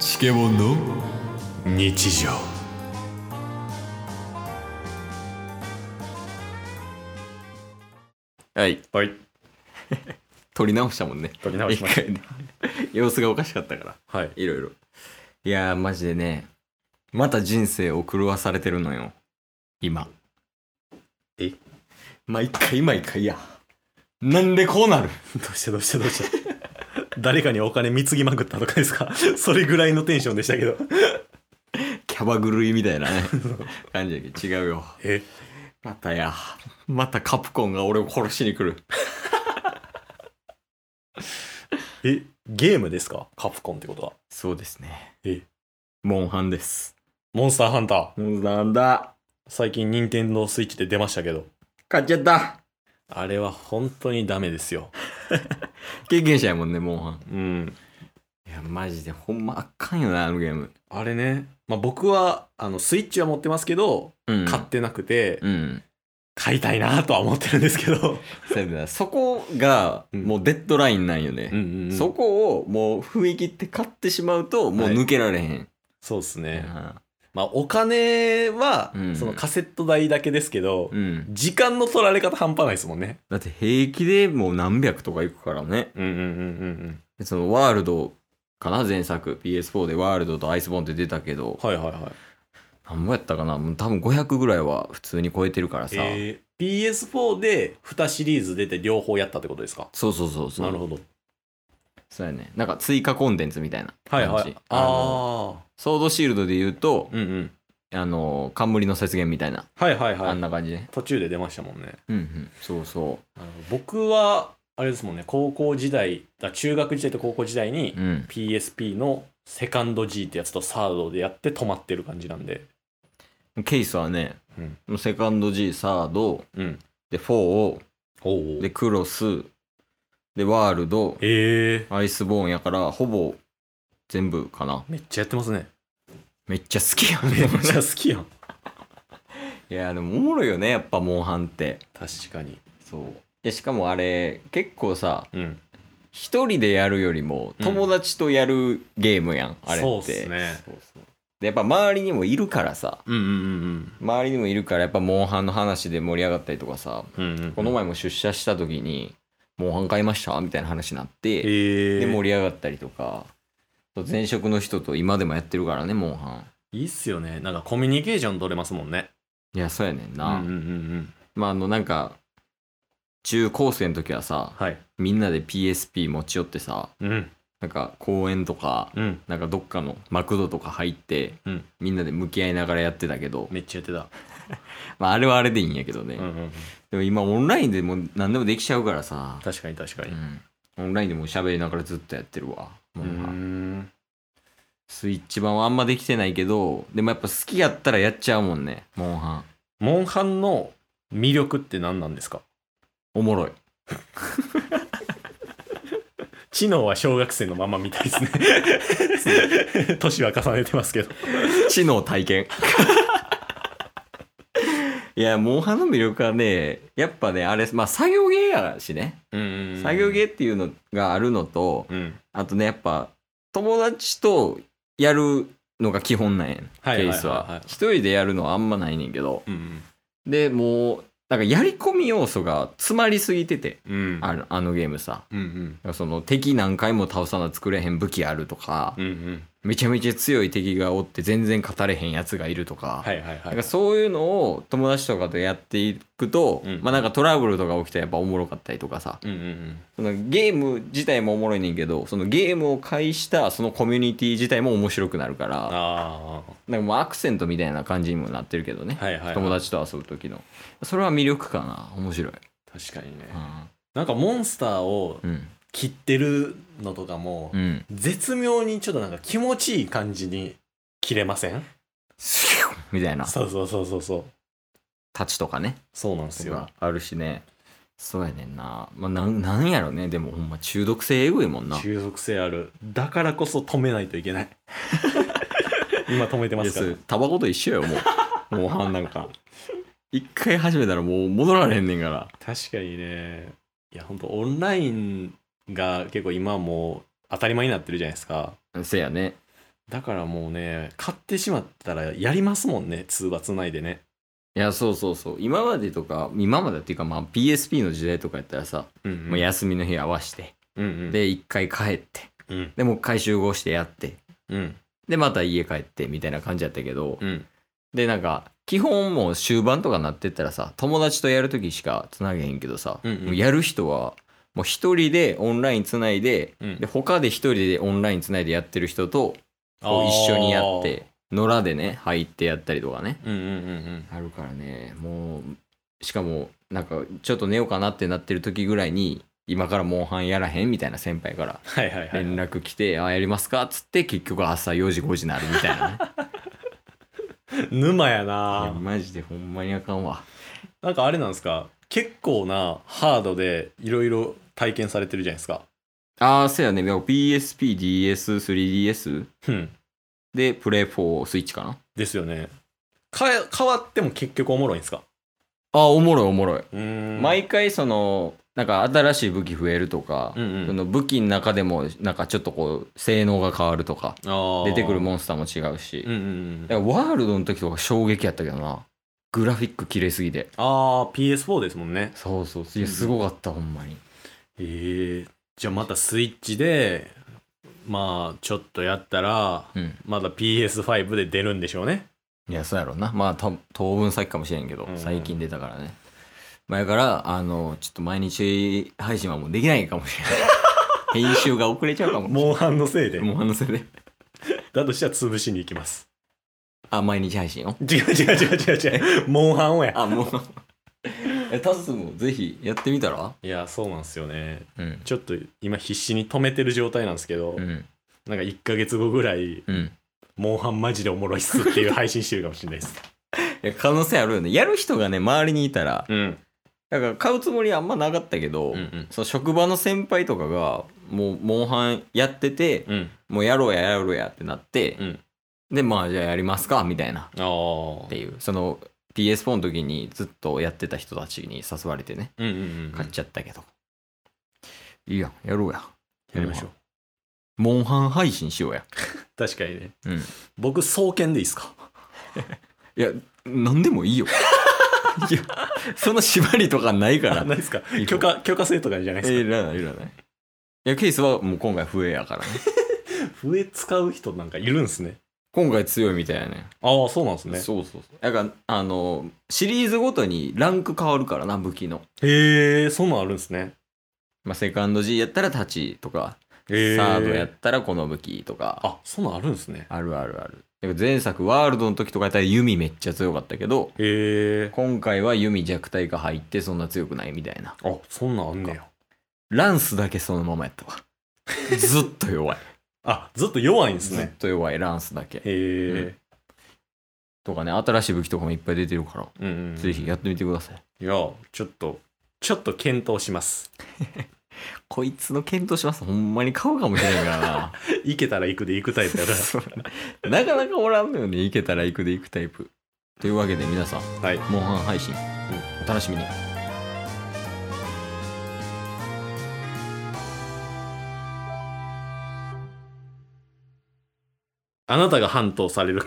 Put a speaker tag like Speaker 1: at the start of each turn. Speaker 1: チケボンの日常
Speaker 2: はい
Speaker 3: はい
Speaker 2: 撮り直したもんね
Speaker 3: 撮り直しました
Speaker 2: 一回ね 様子がおかしかったから
Speaker 3: はい
Speaker 2: いろいろいやーマジでねまた人生を狂わされてるのよ今
Speaker 3: え
Speaker 2: 毎回毎回やなんでこうなる
Speaker 3: どうしてどうしてどうして誰かにお金貢ぎまくったとかですか それぐらいのテンションでしたけど
Speaker 2: キャバ狂いみたいな ね感じやけど違うよ
Speaker 3: え
Speaker 2: またやまたカプコンが俺を殺しに来る
Speaker 3: えゲームですかカプコンってことは
Speaker 2: そうですね
Speaker 3: え
Speaker 2: モンハンです
Speaker 3: モンスターハンター
Speaker 2: なんだ
Speaker 3: 最近任天堂スイッチで出ましたけど
Speaker 2: 買っちゃった
Speaker 3: あれは本当にダメですよ
Speaker 2: 経験者やもんねモンハン
Speaker 3: うん
Speaker 2: いやマジでほんまあかんよなあのゲーム
Speaker 3: あれね、まあ、僕はあのスイッチは持ってますけど、
Speaker 2: うん
Speaker 3: 買ってなくて、
Speaker 2: うん
Speaker 3: 買いたいなとは思ってるんですけ ど
Speaker 2: そうやなそこが
Speaker 3: うん
Speaker 2: もうデッドラインなんよね、そ
Speaker 3: そ
Speaker 2: こをもう踏み切って買ってしまうともう抜けられへん、
Speaker 3: そうですね、まあ、お金は、
Speaker 2: うん
Speaker 3: そのカセット代だけですけど、
Speaker 2: うん、
Speaker 3: 時間の取られ方半端ないですもんね
Speaker 2: だって平気でもう何百とかいくからね
Speaker 3: うんうんうん
Speaker 2: でそのワールドかな前作 PS4 でワールドとアイスボーンって出たけど
Speaker 3: うんはいはいはい
Speaker 2: 何ぼやったかなもう多分500ぐらいは普通に超えてるからさ、
Speaker 3: えー PS4 で2シリーズ出て両方やったってことですか
Speaker 2: そうそうそうそう
Speaker 3: なるほど
Speaker 2: そうやねなんか追加コンテンツみたいな
Speaker 3: はい
Speaker 2: 感じ、
Speaker 3: はい
Speaker 2: あの
Speaker 3: あ
Speaker 2: ソードシールドで言うと
Speaker 3: あ、うんうん
Speaker 2: あの冠の雪原みたいな、
Speaker 3: はいはいは
Speaker 2: あん
Speaker 3: い
Speaker 2: な感じね
Speaker 3: 途中で出ましたもんね
Speaker 2: うんうんそうそ
Speaker 3: なるほど僕はあれですもんね高校時代あ中学時代と高校時代に
Speaker 2: ううん
Speaker 3: PSP のセカンド G ってやつとサードでやって止まってる感じなんで
Speaker 2: ケースはね、
Speaker 3: うん
Speaker 2: もうセカンド G サード
Speaker 3: うん
Speaker 2: で4を
Speaker 3: おお
Speaker 2: でクロスでワールド
Speaker 3: ええ
Speaker 2: アイスボーンやからほぼ全部かな
Speaker 3: めっちゃやってますね
Speaker 2: めっちゃ好きやん
Speaker 3: めっちゃ好きやん
Speaker 2: いやでもおもろいよねやっぱモンハンって
Speaker 3: 確かに
Speaker 2: そうでしかもあれ結構さ
Speaker 3: うん
Speaker 2: 一人でやるよりも友達とやるゲームやん、あれって
Speaker 3: そうっすね
Speaker 2: そうそうでやっぱ周りにもいるからさ
Speaker 3: うんうんうん
Speaker 2: 周りにもいるからやっぱモンハンの話で盛り上がったりとかさ
Speaker 3: うんうんうん
Speaker 2: この前も出社した時に「モンハン買いました?」みたいな話になって
Speaker 3: ええ
Speaker 2: で盛り上がったりとか前職の人と今でもやってるからねモンハン
Speaker 3: いいっすよねなんかコミュニケーション取れますもんね
Speaker 2: いやそうやねん
Speaker 3: う
Speaker 2: な、
Speaker 3: んうんうん
Speaker 2: まああのなんか中高生の時はさ
Speaker 3: はい
Speaker 2: みんなで PSP 持ち寄ってさ
Speaker 3: うん
Speaker 2: なんか公園とか
Speaker 3: うん
Speaker 2: なんかどっかのマクドとか入って
Speaker 3: うん
Speaker 2: みんなで向き合いながらやってたけど、
Speaker 3: めっちゃやってた
Speaker 2: まあ、あれはあれでいいんやけどね、
Speaker 3: うんうんうん
Speaker 2: でも今オンラインでもう何でもできちゃうからさ
Speaker 3: 確かに確かに
Speaker 2: うん、オンラインでも喋りながらずっとやってるわ、
Speaker 3: う
Speaker 2: もう
Speaker 3: ん
Speaker 2: スイッチ版はあんまできてないけどでもやっぱ好きやったらやっちゃうもんねモンハン
Speaker 3: モンハンの魅力って何なんですか
Speaker 2: おもろい
Speaker 3: 知能は小学生のままみたいです ね年は重ねてますけど
Speaker 2: 知能体 験いやモンハンの魅力はねやっぱねあれまあ作業ゲーやしね、作業ゲーっていうのがあるのと
Speaker 3: うん
Speaker 2: あとねやっぱ友達とやるのが基本なんやんケ
Speaker 3: はいはいはいはい
Speaker 2: ースは一人でやるのはあんまないねんけど
Speaker 3: うん
Speaker 2: でもうなんかやり込み要素が詰まりすぎてて
Speaker 3: うん
Speaker 2: あのあのゲームさ
Speaker 3: うんうん
Speaker 2: その敵何回も倒さな作れへん武器あるとか、
Speaker 3: うんうん
Speaker 2: めちゃめちゃ強い敵がおって全然語れへんやつがいるとか,、
Speaker 3: はいはいは
Speaker 2: ないんかそういうのを友達とかとやっていくと、
Speaker 3: うん
Speaker 2: まあなんかトラブルとか起きたらやっぱおもろかったりとかさ
Speaker 3: うんうんうん
Speaker 2: そのゲーム自体もおもろいねんけどそのゲームを介したそのコミュニティ自体も面白くなるから
Speaker 3: ああ
Speaker 2: なんかもうアクセントみたいな感じにもなってるけどね、
Speaker 3: はいはいはい
Speaker 2: 友達と遊ぶ時のそれは魅力かな面白い、
Speaker 3: 確かにね
Speaker 2: う
Speaker 3: なんかモンスターを
Speaker 2: ん
Speaker 3: 切ってるのとかも
Speaker 2: うん
Speaker 3: 絶妙にちょっとなんか気持ちいい感じに切れません
Speaker 2: シュッみたいな
Speaker 3: そうそうそうそうそう
Speaker 2: タッチとかね
Speaker 3: そうなんです
Speaker 2: と
Speaker 3: よ
Speaker 2: かあるしねそうやねんな、まあ、なんなんやろねでもほんま中毒性えぐいもんな
Speaker 3: 中毒性あるだからこそ止めないとい けない今止めてま
Speaker 2: です
Speaker 3: から
Speaker 2: すタバコと一緒よ もうもう半なんか一回始めたらもう戻られへんねんから
Speaker 3: 確かにねいや本当オンラインが結構今もう当たり前になってるじゃないですか
Speaker 2: せやね
Speaker 3: だからもうね買ってしまったらやりますもんね通話つないでね
Speaker 2: いやそうそうそう今までとか今までっていうかまあ PSP の時代とかやったらさ、
Speaker 3: うんうん
Speaker 2: もう休みの日合わして
Speaker 3: うんうん
Speaker 2: で一回帰って
Speaker 3: うん
Speaker 2: でもう一回集合してやって
Speaker 3: うん
Speaker 2: でまた家帰ってみたいな感じやったけど、
Speaker 3: うん
Speaker 2: でなんか基本もう終盤とかなってったらさ友達とやる時しかつなげへんけどさ、
Speaker 3: うんうん
Speaker 2: もうやる人はもう一人でオンラインつないで,、
Speaker 3: うん
Speaker 2: で他で一人でオンラインつないでやってる人とこう一緒にやって野良でね入ってやったりとかね
Speaker 3: あーうんうんうん
Speaker 2: あるからねもうしかもなんかちょっと寝ようかなってなってる時ぐらいに今からモンハンやらへんみたいな先輩から
Speaker 3: はいはいはい
Speaker 2: 連絡来て「あやりますか?」っつって結局朝4時5時になるみたいなね
Speaker 3: 沼や
Speaker 2: いや
Speaker 3: な
Speaker 2: マジでほんまにあかんわ
Speaker 3: なんかあれなんですか結構なハードでいろいろ体験されてるじゃないですか
Speaker 2: ああそうやね PSPDS3DS
Speaker 3: うん
Speaker 2: でプレイ4スイッチかな
Speaker 3: ですよねか変わっても結局おもろいんですか
Speaker 2: あーおもろいおもろい、
Speaker 3: うーん
Speaker 2: 毎回そのなんか新しい武器増えるとか、
Speaker 3: うんうん
Speaker 2: その武器の中でもなんかちょっとこう性能が変わるとか出てくる
Speaker 3: ん
Speaker 2: モンスターも違うし、
Speaker 3: うんうんうん
Speaker 2: だからワールドの時とか衝撃やったけどなグラフィック綺麗すぎて
Speaker 3: ああ PS4 ですもんね
Speaker 2: そうそういやすごかったほんまに
Speaker 3: えー、じゃあまたスイッチでまあちょっとやったら
Speaker 2: うん
Speaker 3: まだ PS5 で出るんでしょうね
Speaker 2: いやそうやろうなまあた当分先かもしれんけど、
Speaker 3: うんうん
Speaker 2: 最近出たからね前からあのちょっと毎日配信はもうできないかもしれ ない編集が遅れちゃうかも
Speaker 3: モンハンのせいで
Speaker 2: もう話せで
Speaker 3: だとしたら潰しに行きます
Speaker 2: あ毎日配信を
Speaker 3: 違う違う違う違う違うモンハンをや
Speaker 2: あもうえタスもぜひやってみたら
Speaker 3: いやそうなんですよね
Speaker 2: うん
Speaker 3: ちょっと今必死に止めてる状態なんですけど、
Speaker 2: うん
Speaker 3: なんか1ヶ月後ぐらい
Speaker 2: うん
Speaker 3: モンハンマジでおもろいっすっていう配信してるかもしれないです
Speaker 2: いや可能性あるよねやる人がね周りにいたら
Speaker 3: うん
Speaker 2: だから買うつもりはあんまなかったけど、
Speaker 3: うんうん
Speaker 2: その職場の先輩とかがもうモンハンやってて、
Speaker 3: うん
Speaker 2: もうやろうややろうやってなって、
Speaker 3: うん
Speaker 2: でまあじゃあやりますかみたいな
Speaker 3: ああ
Speaker 2: っていうその PS4 の時にずっとやってた人たちに誘われてね
Speaker 3: うんうんうん
Speaker 2: 買っちゃったけど、いいやんやろうや
Speaker 3: やりましょう
Speaker 2: モンハン配信しようや
Speaker 3: 確かにね
Speaker 2: うんい
Speaker 3: 僕双剣でいいですか
Speaker 2: や何でもいいよ いやその縛りとかないか
Speaker 3: あ
Speaker 2: ら
Speaker 3: ないですか
Speaker 2: いいよ
Speaker 3: 許可許可制とかじゃないですか、
Speaker 2: いらないいらないいやケースはもう今回増えやからね
Speaker 3: 笛使う人なんかいるんすね
Speaker 2: 今回強いみたいやね
Speaker 3: ああそうなんです
Speaker 2: そうそうそうだからあのシリーズごとにランク変わるからな武器の、
Speaker 3: へえそんなんあるんですね
Speaker 2: まあ、セカンド G やったら太刀とか、
Speaker 3: へえ
Speaker 2: サードやったらこの武器とか
Speaker 3: あそんなんあるんですね
Speaker 2: あるあるあるだから前作ワールドの時とかやったら弓めっちゃ強かったけど
Speaker 3: へえ
Speaker 2: 今回は弓弱体が入ってそんな強くないみたいな
Speaker 3: あそんなんあんねや
Speaker 2: ランスだけそのままやったわずっと弱い
Speaker 3: あずっと弱いんです
Speaker 2: ずっ
Speaker 3: ね
Speaker 2: と弱いランスだけ
Speaker 3: へえ
Speaker 2: とかね新しい武器とかもいっぱい出てるから、
Speaker 3: うんうん
Speaker 2: ぜひやってみてください
Speaker 3: いやちょっとちょっと検討します
Speaker 2: こいつの検討しますほんまに買うかもしれないからな
Speaker 3: 行けたら行くで行くタイプやか
Speaker 2: そうなかなかおらんのよね行けたら行くで行くタイプというわけで皆さん
Speaker 3: らはい
Speaker 2: モンハン配信、お楽しみに
Speaker 3: あなたが半島される